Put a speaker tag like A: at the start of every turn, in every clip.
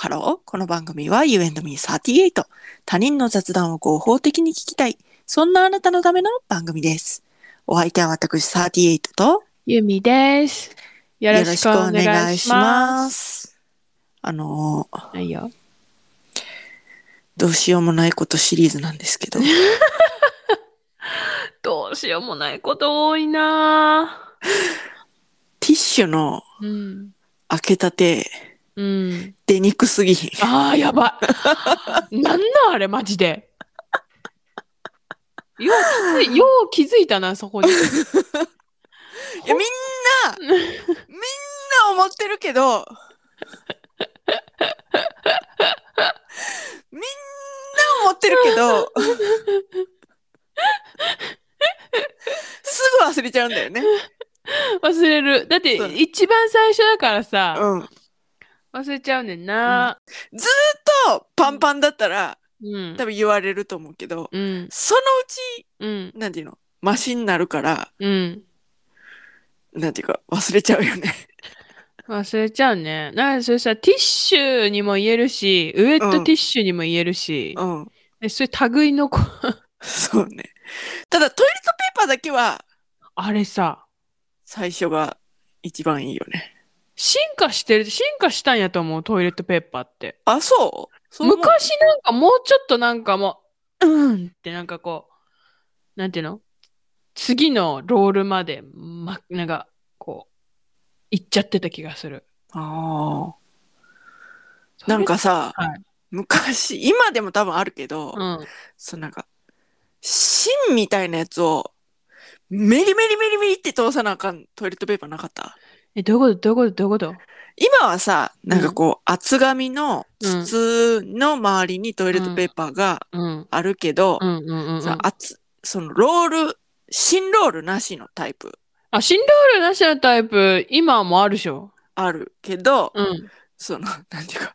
A: ハロー。この番組は You and me38。他人の雑談を合法的に聞きたい。そんなあなたのための番組です。お相手は私38と
B: ゆみです。よろしくお願いします。
A: す。あのー、
B: はいよ。
A: どうしようもないことシリーズなんです けど、
B: どうしようもないこと多いな
A: ティッシュの
B: ぁうん。
A: 開けたて、
B: うん。
A: 出にくすぎひん。
B: ああ、やば い。なんなんあれ、マジで。よう気づいよう気づいたな、そ こに。
A: いやみんなみんな思ってるけ どみんな思ってるけ どすぐ忘れちゃうんだよね。
B: 忘れる。だって
A: そう、
B: 一番最初だからさ、
A: うん、ずっ
B: 忘れちゃうねんな。
A: とパンパンだったら
B: うん
A: 多。分言われると思うけど
B: うん。
A: そのうち
B: うん。
A: なんていうのマシになるから
B: うん。
A: なんていうか忘れちゃうよ ね。
B: 忘れちゃうね。なんかそれさ、ティッシュにも言えるし、ウエットティッシュにも言えるし、
A: うん、
B: でそれ類の子、
A: そうねただトイレットペーパーだけは
B: あれさ、
A: 最初が一番いいよね。
B: 進化してる、進化したんやと思う、トイレットペーパーって。
A: あ、そうそう思う
B: 昔なんかもうちょっとなんかもう、うんってなんかこう、なんていうの次のロールまで、ま、なんかこう、行っちゃってた気がする。
A: ああ。なんかさ、
B: は
A: 昔、今でも多分あるけど、
B: うん。
A: そのなんか、芯みたいなやつを、メリメリメリメリって通さなあかんトイレットペーパーなかった
B: え、どういうことどういうことどういうこと
A: 今はさ、なんかこう、厚紙の
B: うん
A: 筒の周りにトイレットペーパーが
B: うん。
A: あるけど、
B: うんうんうん、う
A: そ
B: ん
A: の。厚、そのロール、芯ロールなしのタイプ
B: あ、新ロールなしのタイプ、今もあるでしょ。
A: あるけど、
B: うん。
A: その、 なんていうか、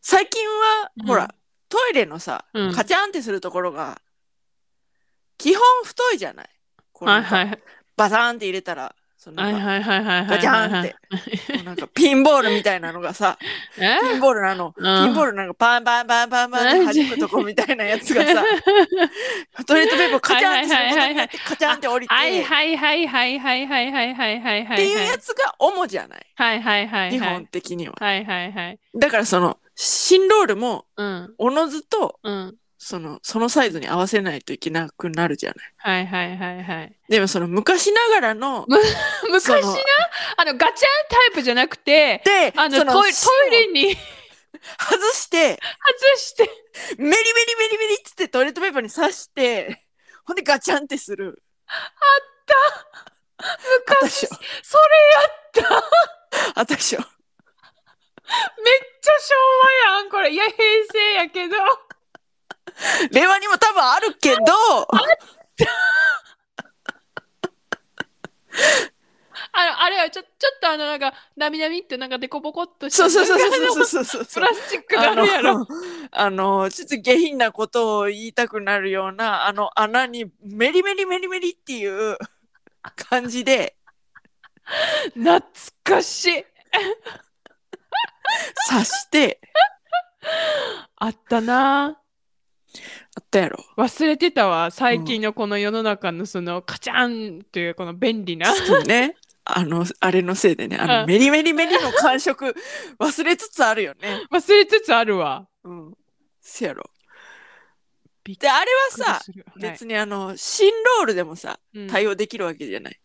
A: 最近は、
B: うん
A: ほら、トイレのさ、
B: うん
A: カチャンってするところが、基本太いじゃないこう
B: は
A: ないんか
B: はいはい。
A: バサーンって入れたら、その
B: はい
A: なんか、
B: はいはいはいはい。
A: ガチャンって、こうなんかピンボールみたいなのがさ、
B: え
A: ピンボールなの、ピ
B: うん
A: ンボールなんかパンパンパンパンパンって弾くとこみたいなやつが さ、トイレットペーパーカチャンってすることになって、カチャンって降りて、
B: はい
A: っ
B: はいはいはいはいはいはいはいはいはい。
A: ていうやつが主じゃない
B: はいはいはいはい。
A: 日本的には。
B: はいはいはい。
A: だからその、新ロールも、
B: うん。
A: おのずと、
B: うん。
A: その、そのサイズに合わせないといけなくなるじゃない。
B: はいはいはいはい。
A: でもその昔ながらの、
B: 昔
A: そ
B: な
A: の、
B: あの、ガチャンタイプじゃなくて、
A: で、
B: あの、
A: そ
B: トイ
A: の
B: ト
A: 芯を
B: イレに外
A: 外して、
B: して、
A: メリメリメリメリっつってトイレットペーパーに刺して、ほんでガチャンってする。私
B: 昔、それ
A: は
B: やった。めっ
A: あったでしょ。
B: ちゃ昭和やん、これ。いや、平成やけど。
A: 令和にも多分あるけど、
B: あの、あれはちょ、ちょっとあの、なんか、なみなみってなんかデコボコっとした
A: そうそうそうそうそうそ
B: う。
A: うそう
B: プラスチックがあるやろ。
A: の、あの、ちょっと下品なことを言いたくなるような、あの穴にメリメリメリメリっていう感じで
B: 懐かしい。
A: 刺して、
B: あったな
A: あった やろ。
B: ぁ忘れてたわ最近のこの世の中のそのカチャンっていうこの便利な
A: そうね。あの、あれのせいでね、あの、
B: うん
A: メリメリメリの感触、忘れつつあるよね。
B: 忘れつつあるわ
A: うん。せやろ。
B: びっく
A: で、あれ
B: り
A: はさ、
B: するはい
A: 別にあの、新ロールでもさ、
B: うん
A: 対応できるわけじゃない。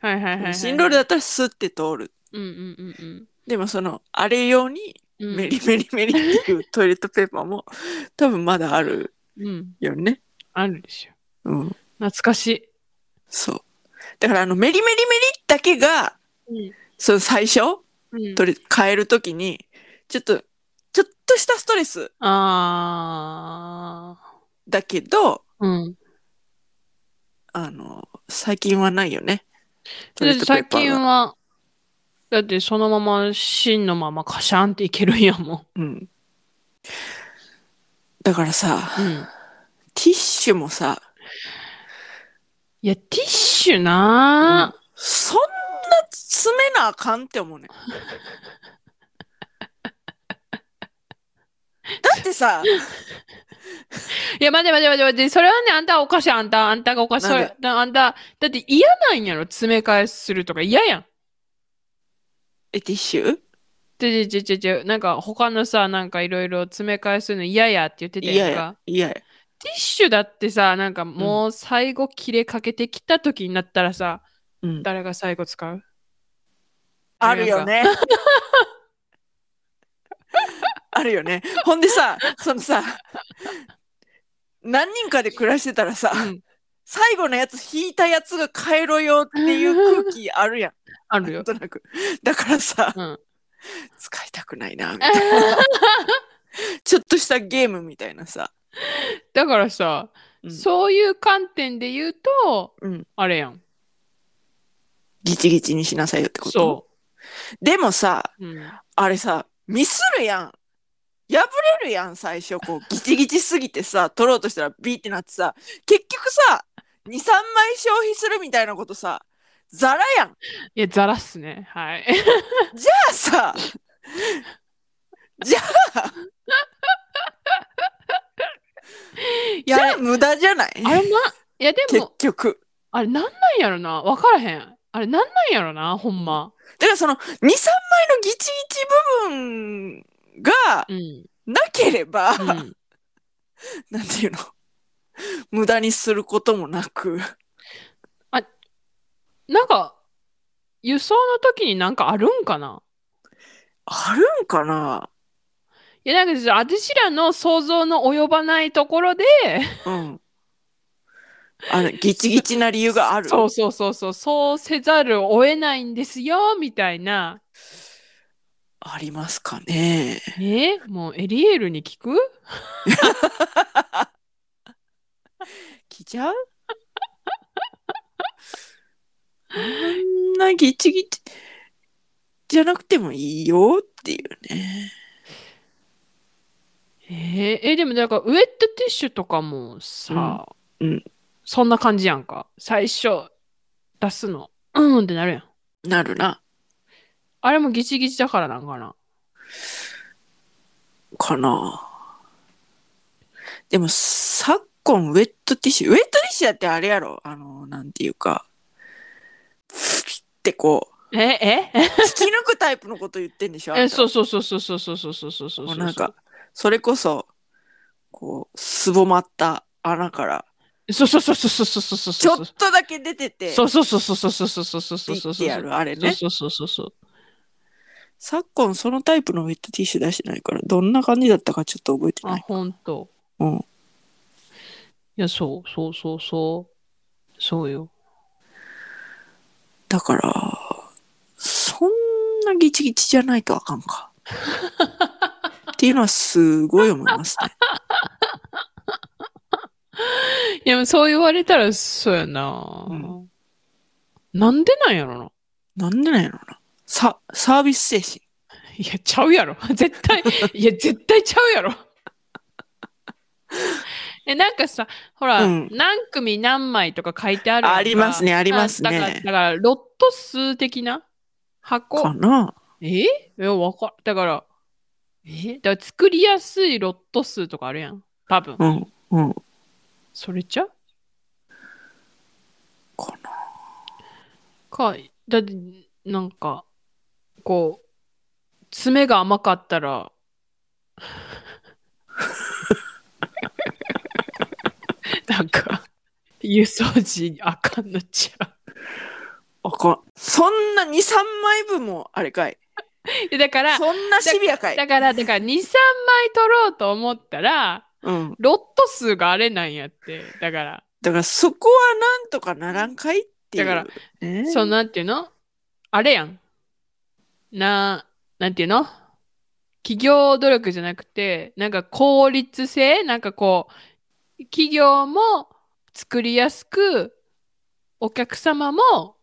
B: はいはいはいはい
A: 新ロールだったらスッて通る。
B: うんうんうん
A: でもその、あれ用に、
B: うん
A: メリメリメリっていうトイレットペーパーも、多分まだある
B: うん
A: よね。
B: あるでしょ
A: うん。
B: 懐かし
A: そう。だからあの、メリメリメリだけが、
B: い
A: その最初、
B: うん
A: 取り、変えるときに、ちょっと、ちょっとしたストレス
B: あ
A: だけど、
B: ーうん
A: あの、最近はないよね。トイレットペー
B: 最
A: パー
B: 近
A: が。
B: はだってそのまま芯のままカシャンっていけるんやもん
A: うん。だからさ、
B: うん
A: ティッシュもさ、
B: いやティッシュなぁ
A: そんな 詰めなあかんって思うね。ってさ、
B: いや、待て待て待て待て。それはね、あんたはおかしい、あんた、あんたがおかしい。
A: な
B: そ
A: んで
B: れだあんた、だって嫌なんやろ、詰め替えするとか嫌やん。
A: え、ティッシュ
B: ちょちょちょちょ、なんか他のさ、なんかいろいろ詰め替えするの嫌やって言ってた
A: 嫌
B: やん
A: や
B: か。。
A: 嫌や。
B: ティッシュだってさ、なんかもう最後切れかけてきた時になったらさ、
A: うん。
B: 誰が最後使 う
A: あるよ。 ね。あるよね。ほんでさ、そのさ、何人かで暮らしてたらさ、
B: なんかうん
A: 最後のやつ引いたやつが帰ろよっていう空気あるやん。
B: あ
A: な
B: る
A: ん
B: よ。
A: となく。だからさ、
B: うん。
A: 使いたくないな、みたいな。ちょっとしたゲームみたいなさ。
B: だからさ、
A: うん
B: そういう観点で言うと、
A: うん
B: あれやん。
A: ギチギチにしなさいよってこと。
B: そ
A: でもさ、
B: う。うん
A: あれさ、ミスるやん。破れるやん、最初。こう、ギチギチすぎてさ、取ろうとしたらビーってなってさ、結局さ、2、3枚消費するみたいなことさ、ザラやん。
B: いや、ザラっすね。はい。
A: じゃあさ、じゃあ、
B: い
A: じゃ
B: や、
A: あ無駄じゃない
B: あれな、いや、で
A: 結
B: も、
A: 局。
B: あれなんなんやろな。わからへん。あれなんなんやろな、ほんま。
A: だからその23枚のギチギチ部分が
B: うん。
A: なければ、
B: うん、
A: なんていうの無駄にすることもなく
B: なんか、輸送の時になんかあるんかな
A: あるんかない
B: や、なんか、私らの想像の及ばないところで、
A: うんあのギチギチな理由がある
B: そうそうそうそう、そうせざるを得ないんですよ、みたいな。
A: ありますかね
B: えもうエリエールに聞く
A: 聞いちゃうあんなギチギチじゃなくてもいいよっていうね
B: えーえでもなんかウェットティッシュとかもさ、
A: うんうん
B: そんな感じやんか。最初出すの、うんってなるやん。
A: なるな
B: あれもギチギチだからなんかな。
A: かなでも昨今ウェットティッシュウェットティッシュだってあれやろあのなんていうかふきってこう
B: えええ
A: 引き抜くタイプのこと言ってんでし ょあん
B: え
A: た
B: そうそうそうそうそうそうそうそうそうそう
A: もうなんかそれこそこうすぼまった穴から
B: そうそうそうそうそうそうそう
A: ちょ
B: そ
A: っ
B: う
A: とだけ出てて
B: そうそうそうそうそうそうそうそうそうそう
A: ピ
B: そ
A: ッ
B: う
A: てやるあれね
B: そうそうそうそう
A: 昨今そのタイプのウェットティッシュ出してないからどんな感じだったかちょっと覚えて
B: あ
A: ない
B: 本当
A: うん
B: いやそうそうそうそうそうよ
A: だからそんなギチギチじゃないとあかんかっていうのはすごい思います ね
B: いやそう言われたらそうやな、
A: うん
B: なんでなんやろな
A: なんでなんやろな。さ、サービス精神。
B: いやちゃうやろ 絶対いや絶対ちゃう やろえなんかさほら、
A: うん
B: 何組何枚とか書いてあるやんか
A: ありますねありますね
B: だからだからロット数的な箱
A: かな
B: えいや、わかだから、えだから作りやすいロット数とかあるやん。多分。
A: うん、うん、
B: それちゃう
A: かな。
B: か、だって、なんか、こう、爪が甘かっ たら、なんか、輸送時あかんのちゃ
A: あかん。そんな2、3枚分もあれかい。
B: う いや。だから、
A: そんなシビアか
B: だ
A: い。
B: から、だから2、3枚取ろうと思ったら、
A: うん。
B: ロット数があれなんやって。だから。
A: だからそこはなんとかならんかいっていう。、
B: だからそうなんていうのあれやん。な、なんていうの企業努力じゃなくて、なんか効率性なんかこう、企業も作りやすく、お客様も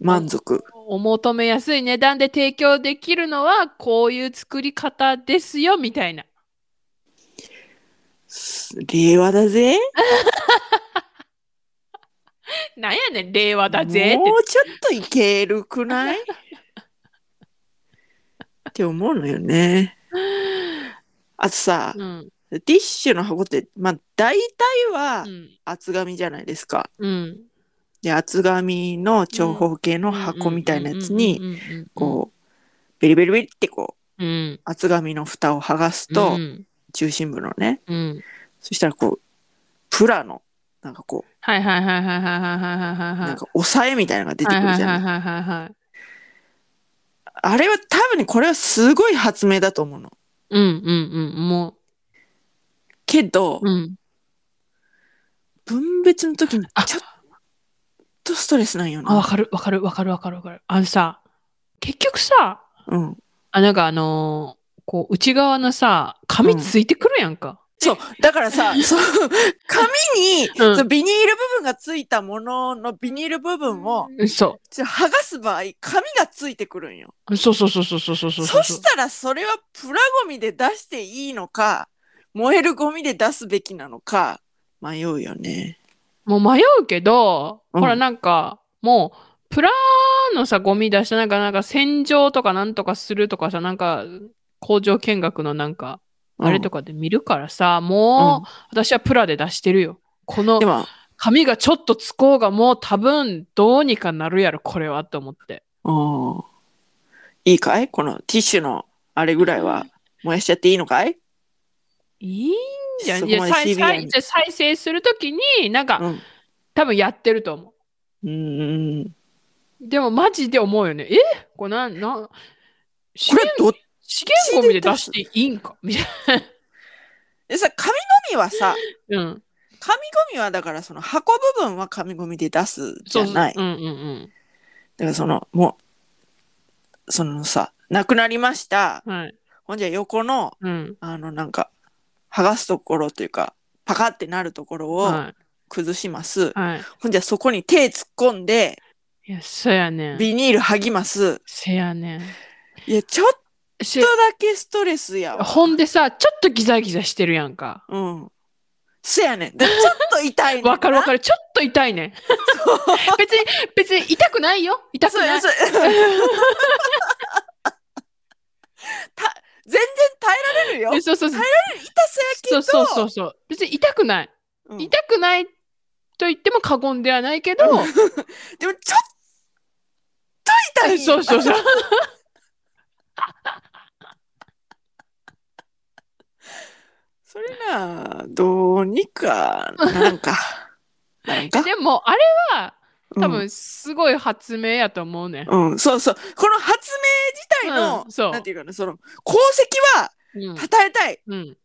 A: 満足。
B: お求めやすい値段で提供できるのはこういう作り方ですよ、みたいな。
A: 令和だぜ。
B: なんやねん、令和だぜって
A: も。うちょっといけるくない って思うのよね。あとさ、
B: うん。
A: ティッシュの箱って、まあ、大体は
B: うん。
A: 厚紙じゃないですか。
B: うん。
A: で、厚紙の長方形の箱みたいなやつに、
B: うんうんうんうんうん、
A: こう、ベリベリベリってこう、
B: うん、うん。
A: 厚紙の蓋を剥がすと、
B: うん。
A: 中心部のね、
B: うん。
A: そしたらこう、プラの、なんかこ、
B: はいはいはいはいはいはいはいはいうはい。
A: なんか押さえみたいなのが出てくるじゃない。
B: はいはいはいはいはいはい。
A: あれは多分ね、これはすごい発明だと思うの。
B: うんうんうん。も
A: けど、
B: う、うん。
A: 分別の時に
B: あ
A: ちょっとストレスなんよ
B: あ、
A: な。
B: わかるわかるわかるわかるわかる。あのさ、結局さ、
A: うん。
B: あ、なんかあのーこう、内側のさ、紙
A: うん
B: ついてくるやんか。
A: そう。だから さ、そう、紙に、
B: うん
A: そうビニール部分がついたもののビニール部分を、
B: うんそ
A: ちょ剥がす場合、紙がついてくるんよ。
B: う。そうそうそうそうそうそうそう。
A: そしたらそれはプラゴミで出していいのか、燃えるゴミで出すべきなのか、迷うよね。
B: もう迷うけど、
A: うん
B: ほらなんか、もう、プラのさ、ゴミ出して、なんか、なんか、洗浄とかなんとかするとかさ、なんか、工場見学のなんか、あれと
A: か、
B: かで見るからさ、もう、私はプラで出してるよ。この
A: で、も、
B: 紙がちょっとつこうが、もう多分、どうにかなるやろ、これは、と思って。
A: うんいいかいこのティッシュのあれぐらいは燃やしちゃっていいのかい
B: いいんじゃん。
A: そ
B: い
A: こま
B: や
A: で
B: 再
A: シビアに
B: 再再再生するときに、なんか、
A: うん。
B: 多分やってると思う。
A: うんうんうん。
B: でも、マジで思うよね。えこれなん、なん、資
A: これ
B: 源
A: どっ
B: 資源ゴミで出していいんかみたい
A: でさ、紙ゴミはさ、
B: な。うん。
A: 紙ゴミはだからその箱部分は紙ゴミで出すじ
B: そう
A: ゃ
B: そう。
A: ない。
B: うんうん
A: だからその、もう、そのさ、なくなりました。
B: うん。はい。
A: ほんじゃ横の、
B: うん。
A: あのなんか、剥がすところというか、パカってなるところを
B: は
A: 崩します。
B: い。はい。
A: ほんじゃそこに手突っ込んで、
B: いや、そやねん。
A: ビニール剥ぎます。
B: せやね
A: いや、ちょっ
B: ん。し
A: とだけストレスやわ。
B: ほんでさ、ちょっとギザギザしてるやんか。
A: うん。せやねん。で、ちょっと痛いねんな。
B: わかるわかる。ちょっと痛いねん。 別に、別に痛くないよ。痛く
A: そう
B: ない
A: や。そうやた全然耐えられるよ。
B: え
A: 痛
B: そうそうそう。
A: さやけ
B: そ
A: ど。
B: うそうそうそう。別に痛くない。
A: うん
B: 痛くないと言っても過言ではないけど、
A: でもちょっと痛い。
B: そうそうそう。
A: それなどうにかなん かなんか。
B: でも、あれは、
A: うん
B: 多分、すごい発明やと思うねん。
A: うん、そうそう。この発明自体の、
B: うんそう
A: なんていうかな、その功績は
B: うん
A: 称えたい。
B: うん。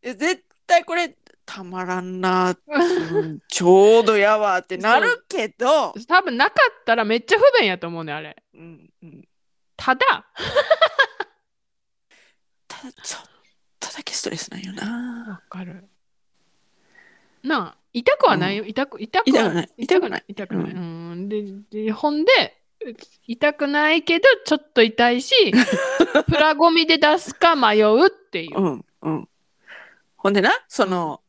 A: え絶対これたまらんな、うんちょうどやわってなるけ ど、
B: 多分なかったらめっちゃ不便やと思うねんあれ
A: うんうん、
B: ただ
A: ただちょっとだけストレスなんよな。
B: わかるなあ痛くはないよ、痛く痛く
A: 痛くない
B: 痛くない痛くないうんででほんで痛くないけどちょっと痛 いしプラゴミで出すか迷うっていう、
A: うんうん。ほんでな、その、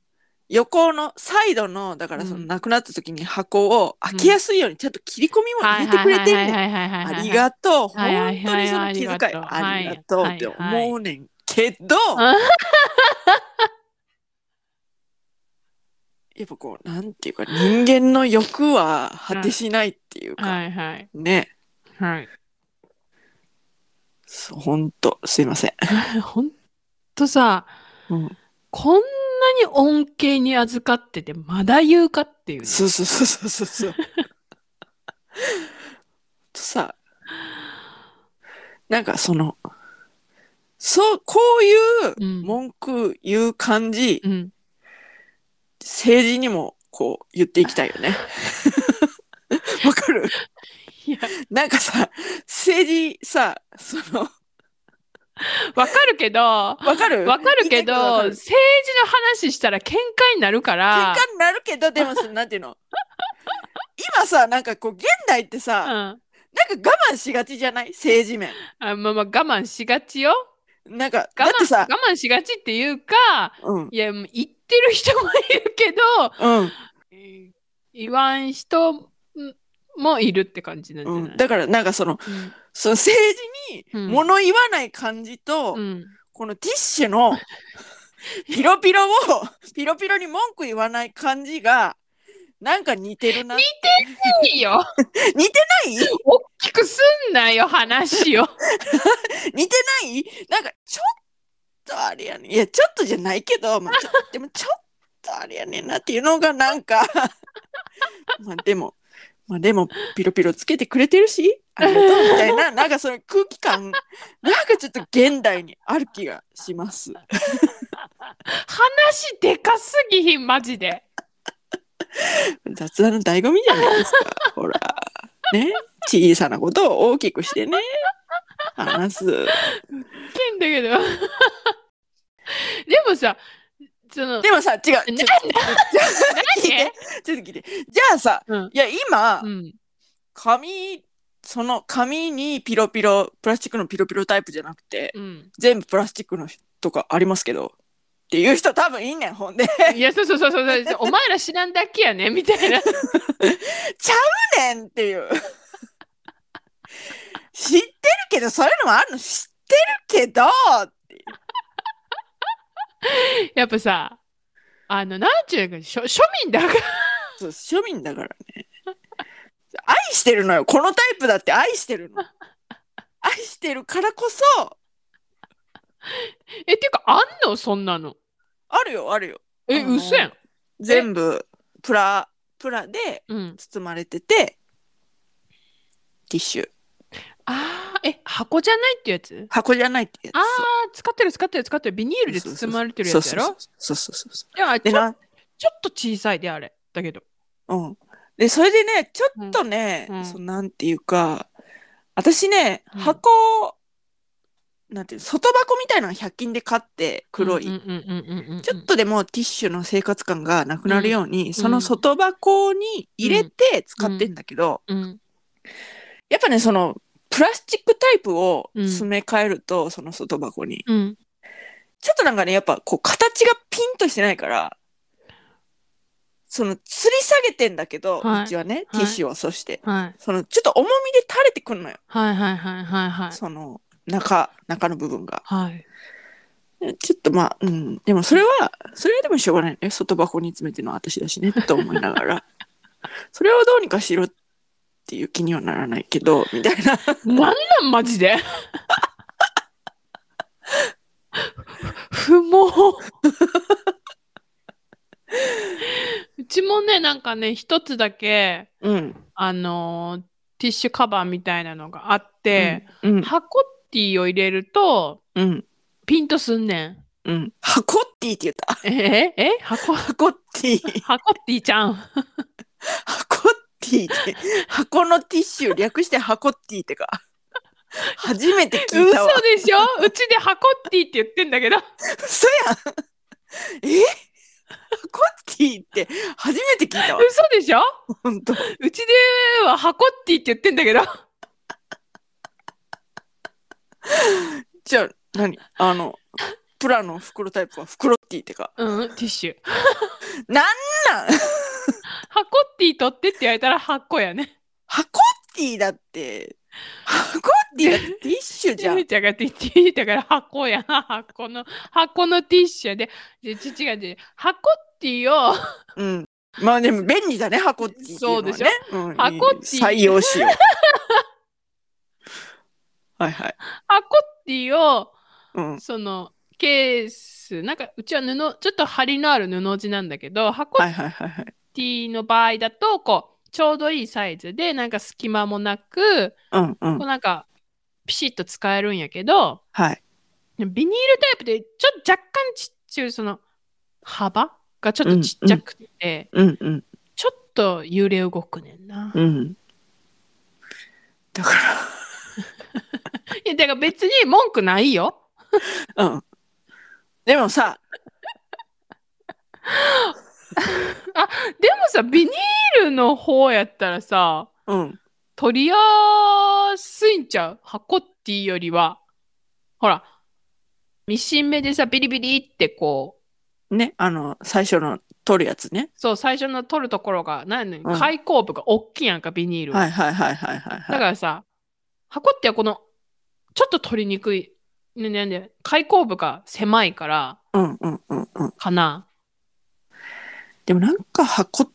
A: 横のサイドの、だからその
B: うん
A: なくなった時に箱を開けやすいようにちゃんと切り込みも入れてくれてんねん。
B: はいはいはいはいはいはい
A: あ
B: はい
A: りがとう。本
B: はいはい
A: 当にそ
B: は
A: の
B: い
A: 気遣い
B: ありがとう
A: ありがとう
B: はい
A: って
B: はいはい
A: 思うねんけど、
B: あ
A: やっぱこう、なんていうか、人間の欲は果てしないっていうか、
B: はいはい
A: ね。
B: はい
A: そうほんと、すいません。
B: ほんとさ
A: うん、
B: こんなに恩恵に預かっててまだ言うかっていうね
A: そうそうそうそうそうそう。とさ、なんかその、そう、こういう
B: うん
A: 文句言う感じ、
B: うん
A: 政治にもこう言っていきたいよ ね。わかる
B: いや
A: なんかさ、政治さ、その、
B: わかるけど
A: わかる
B: わかるけど、
A: 言い
B: 政治の話したら喧嘩になるか
A: たいことわ
B: ら
A: かる喧嘩になるけど、でも その、なんていうの今さ、なんかこう、現代ってさ、
B: うん
A: なんか我慢しがちじゃない政治面。
B: あまあまあ我慢しがちよ
A: なんか、だっ
B: 我
A: て
B: 慢
A: さ、
B: 我慢しがちっていうか
A: うん、
B: いやもう言ってる人もいるけど
A: うん、
B: えー言わん人もいるって感じなんじゃ
A: う
B: ない、
A: ん。だから、なんかその、
B: うん
A: その政治に
B: うん
A: 物言わない感じと、
B: うん
A: このティッシュの、ピロピロをピロピロに文句言わない感じがなんか似てるな。
B: いい よ。
A: 似てない
B: 大きくすんなよ、話を。
A: 似てないなんかちょっとあれやねんいやちょっとじゃないけど、ま あ、ちょでもちょっとあれやねんなっていうのがなんか まあでもまあでもピロピロつけてくれてるしありがとうみた いななんかその空気感なんかちょっと現代にある気がします。
B: 話でかすぎひん、マジで。
A: 雑談の醍醐味じゃないですかほらね小さなことを大きくしてね話す。
B: けんだけど。で もさ、その、
A: でもさ違うちょっと
B: な
A: ちょっと聞いてちょっと聞いてじゃあさ、
B: うん
A: いや今、
B: うん、
A: 紙その紙にピロピロプラスチックのピロピロタイプじゃなくて
B: うん。
A: 全部プラスチックのとかありますけどっていう人多分いんねんほんで
B: いや、そうそうそうそう、お前ら知らんだけやね、 みたいな。
A: ねんっていう 知ってるけどそういうのもあるの知ってるけど
B: やっぱさ、あの、なんちゅうのか、しょ庶民だから。
A: そう庶民だからね愛してるのよこのタイプだって愛してるの愛してるからこそ
B: え、てか、あんのそんなの。
A: あるよあるよ
B: え、
A: あのー
B: 嘘やん。
A: 全部プラプラで
B: うん。
A: 包まれててティッシュ
B: ああ、え、箱じゃないってやつ
A: 箱じゃないってやつ
B: ああ、使ってる使ってる使ってる。ビニールで包まれてるやつやろ
A: そうそうそうそうそうそう
B: いや、
A: で
B: ちょ
A: な
B: ちょっと小さいであれ。だけど。
A: うんでそれでねちょっとね、
B: うんうん
A: そうなんていうか私ね
B: うん
A: 箱、なんていうの外箱みたいなの100均で買って黒い、
B: うんうんうんうんうんうん。
A: ちょっとでもティッシュの生活感がなくなるように、そうの
B: ん
A: 外箱に入れて使ってんだけど、
B: うん。
A: やっぱねそのプラスチックタイプを
B: うん
A: 詰め替えると、その外箱に
B: うん。
A: ちょっとなんかねやっぱこう形がピンとしてないからその吊り下げてんだけど、
B: はいう
A: ちはねテ
B: はい
A: ィッシュをそして、
B: はい。
A: そのちょっと重みで垂れてくるのよ、
B: はいはいはいはいはい。
A: その中中の部分が
B: はい。
A: ちょっとまあうんでもそれはそれはでもしょうがないね外箱に詰めてるのは私だしねと思いなが らそれをどうにかしろっていう気にはならないけどみたいな
B: なんなんマジで不毛うちもねなんかね一つだけ
A: うん
B: あのーティッシュカバーみたいなのがあって、
A: うん
B: 箱ティーを入れると
A: うん
B: ピンとすんねん。
A: うん箱ッティって言った
B: ええ箱
A: 箱ッティ
B: 箱ティーちゃん。
A: 箱ッティって箱のティッシュ略して箱ッティってか初めて
B: 嘘
A: 聞いたわ
B: でしょうちで箱ティーって言ってんだけど。
A: 嘘やんえ箱ッティって初めて聞いたわ
B: 嘘でしょ
A: 本当
B: うちでは箱ティーって言ってんだけど。
A: じゃあ何あのプラの袋タイプは袋ティってか
B: うん、ティッシュ。
A: なんなん
B: 箱ティー取ってって言われたら箱やね。
A: 箱ッティだって箱ッティだってティッシュじゃん
B: ゆうちゃんがティッシュだから箱やな。箱の、箱のティッシュやで。で、父がね、箱ティーを、
A: うんまあでも便利だね箱っていうのは、ね、
B: そうでし
A: ょ、うん、
B: 箱っていう
A: 採用しようはいはい、
B: 箱ティーを、
A: うん、
B: その、ケース、なんか、うちは布、ちょっと張りのある布地なんだけど、箱
A: はいはいはいはい
B: ティーの場合だと、こう、ちょうどいいサイズで、なんか隙間もなく、
A: うんう
B: こうんなんか、ピシッと使えるんやけど、
A: はい
B: ビニールタイプで、ちょっと若干ちっちゃい、その、幅がちょっとちっちゃくて、
A: うんうん
B: ちょっと揺れ動くねんな。
A: うんだか
B: いやだから別に文句ないよ。
A: ら うんでもさ
B: でもさビニールの方やったらさ
A: うん
B: 取りやすいんちゃう箱っていうよりはほらミシン目でさビリビリってこう
A: ねあの最初の取るやつね
B: そう最初の取るところが何やねん
A: うん
B: 開口部が大きいやんかビニールは、
A: はいはいはいはいはい
B: だか
A: はい
B: らさ箱ってはこのちょっと取りにくいねなんで、開口部が狭いから、
A: うんうんうんうん。
B: かな。
A: でもなんか箱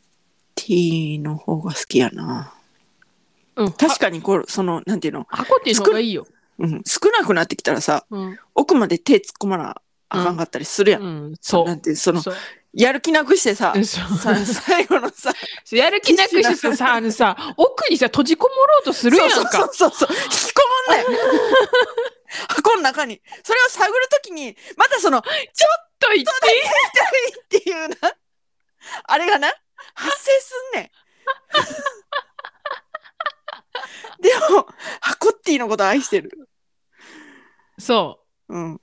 A: ティーの方が好きやな。
B: うん。
A: 確
B: か
A: かにこれ、その、なんていうの、
B: 箱っていうのがいいよ。
A: うん、少なくなってきたらさ、
B: うん。
A: 奥まで手突っ込まなあかんかったりするやん。
B: うん、そ
A: なん
B: う。
A: ていう、その、
B: そう
A: やる気なくしてさ
B: う、んそう
A: さ最後のさ、
B: そうやる気なくしてささ、あのさ、奥にさ、閉じこもろうとするやんか。
A: そうそうそうそう引きこもんなよ 箱の中にそれを探るときにまたその「痛
B: と言って、
A: い」っていうなあれがな発生すんね んでも箱っていうのこと愛してる
B: そ
A: うん
B: う、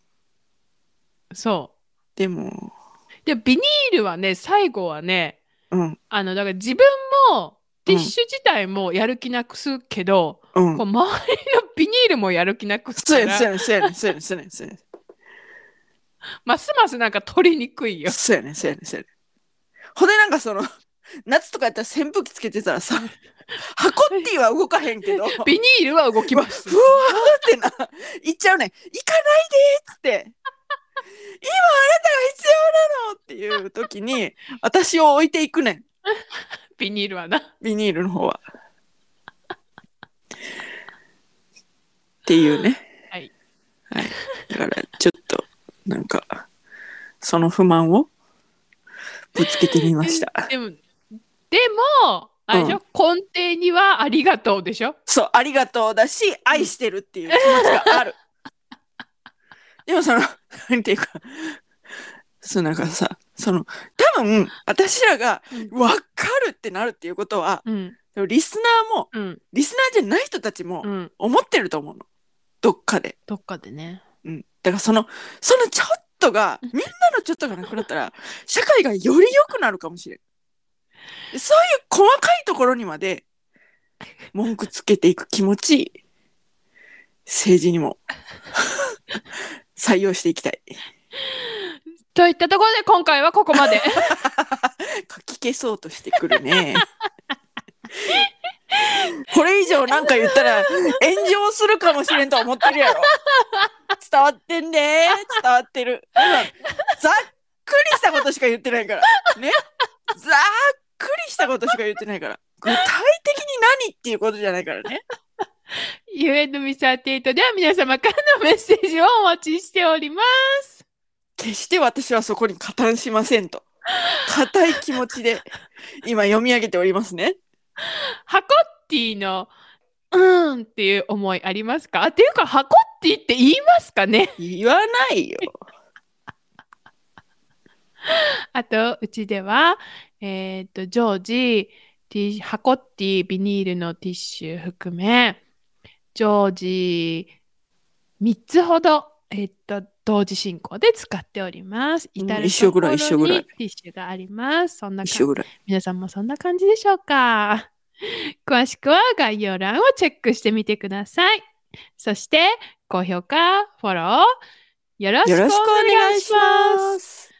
B: そ
A: でも
B: う。で、ビニールはね、最後はね、
A: うん
B: あの、だから自分も、ティッシュ自体もやる気なくすけど、
A: うん
B: こう周りのビニールもやる気なくす
A: そう
B: か
A: やねん
B: ら
A: そう、やねんそうやねんそうやねんそうやねんそうやねん
B: ますますなんか取りにくいよ。
A: そうやねんそうやねんそうやねんほんでなんかその夏とかやったら扇風機つけてたら さ箱っていうは動かへんけど
B: ビニールは動き
A: うわ
B: ま
A: ふ
B: す
A: わ。ーってな言っちゃうね行かないでーっつって今あなたが必要なのっていう時に私を置いていくねん
B: ビニールはな。
A: ビニールの方は。っていうね
B: はい、
A: はい、だからちょっとなんかその不満をぶつけてみました
B: でも、でも、あれでしょ、根底にはありがとうでしょ
A: そうありがとうだし愛してるっていう気持ちがある でもその なんていうかそうなんかさその多分私らが「
B: う
A: わかる!」ってなるっていうことは
B: うん、
A: でもリスナーも
B: うん、
A: リスナーじゃない人たちも
B: うん。
A: 思ってると思うのどっかで、
B: どっかでね。
A: うん、だからそのそのちょっとがみんなのちょっとがなくなったら社会がより良くなるかもしれんでそういう細かいところにまで文句つけていく気持ち政治にも採用していきたい
B: といったところで今回はここま で。
A: かき消そうとしてくるね。 これ以上なんか言ったら炎上するかもしれんとは思ってるやろ。伝わってんね伝わってる。今ざっくりしたことしか言ってないから。ねざっくりしたことしか言ってないから。具体的に何っていうことじゃないからね。
B: ゆえのみさていとでは皆様からのメッセージをお待ちしております。
A: 決して私はそこに加担しませんと。固い気持ちで今読み上げておりますね。
B: ハコッティのうーんっていう思いありますかあっていうかハコッティって言いますかね
A: 言わないよ。
B: あとうちではえーっと常時ティハコッティビニールのティッシュ含め常時3つほどえーっと同時進行で使っております。
A: うん
B: 至る
A: 一緒ぐらい
B: と
A: 一
B: ころ
A: 緒ぐら
B: に
A: い
B: ティッシュがあります。そんな感
A: 一
B: じ
A: 緒ぐらい。
B: 皆さんもそんな感じでしょうか 詳しくは概要欄をチェックしてみてください。そして、高評価、フォロー、よろしくお
A: よろしくお
B: 願
A: 願
B: い
A: い
B: し
A: し
B: ま。
A: ますす。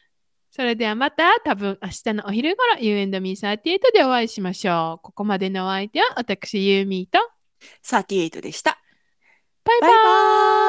B: それではまた、多分明日のお昼頃、You and Me38 でお会いしましょう。ここまでのお相手は、私、ユーミーと、
A: 38でした。
B: バイバ
A: バイバ
B: イ
A: イ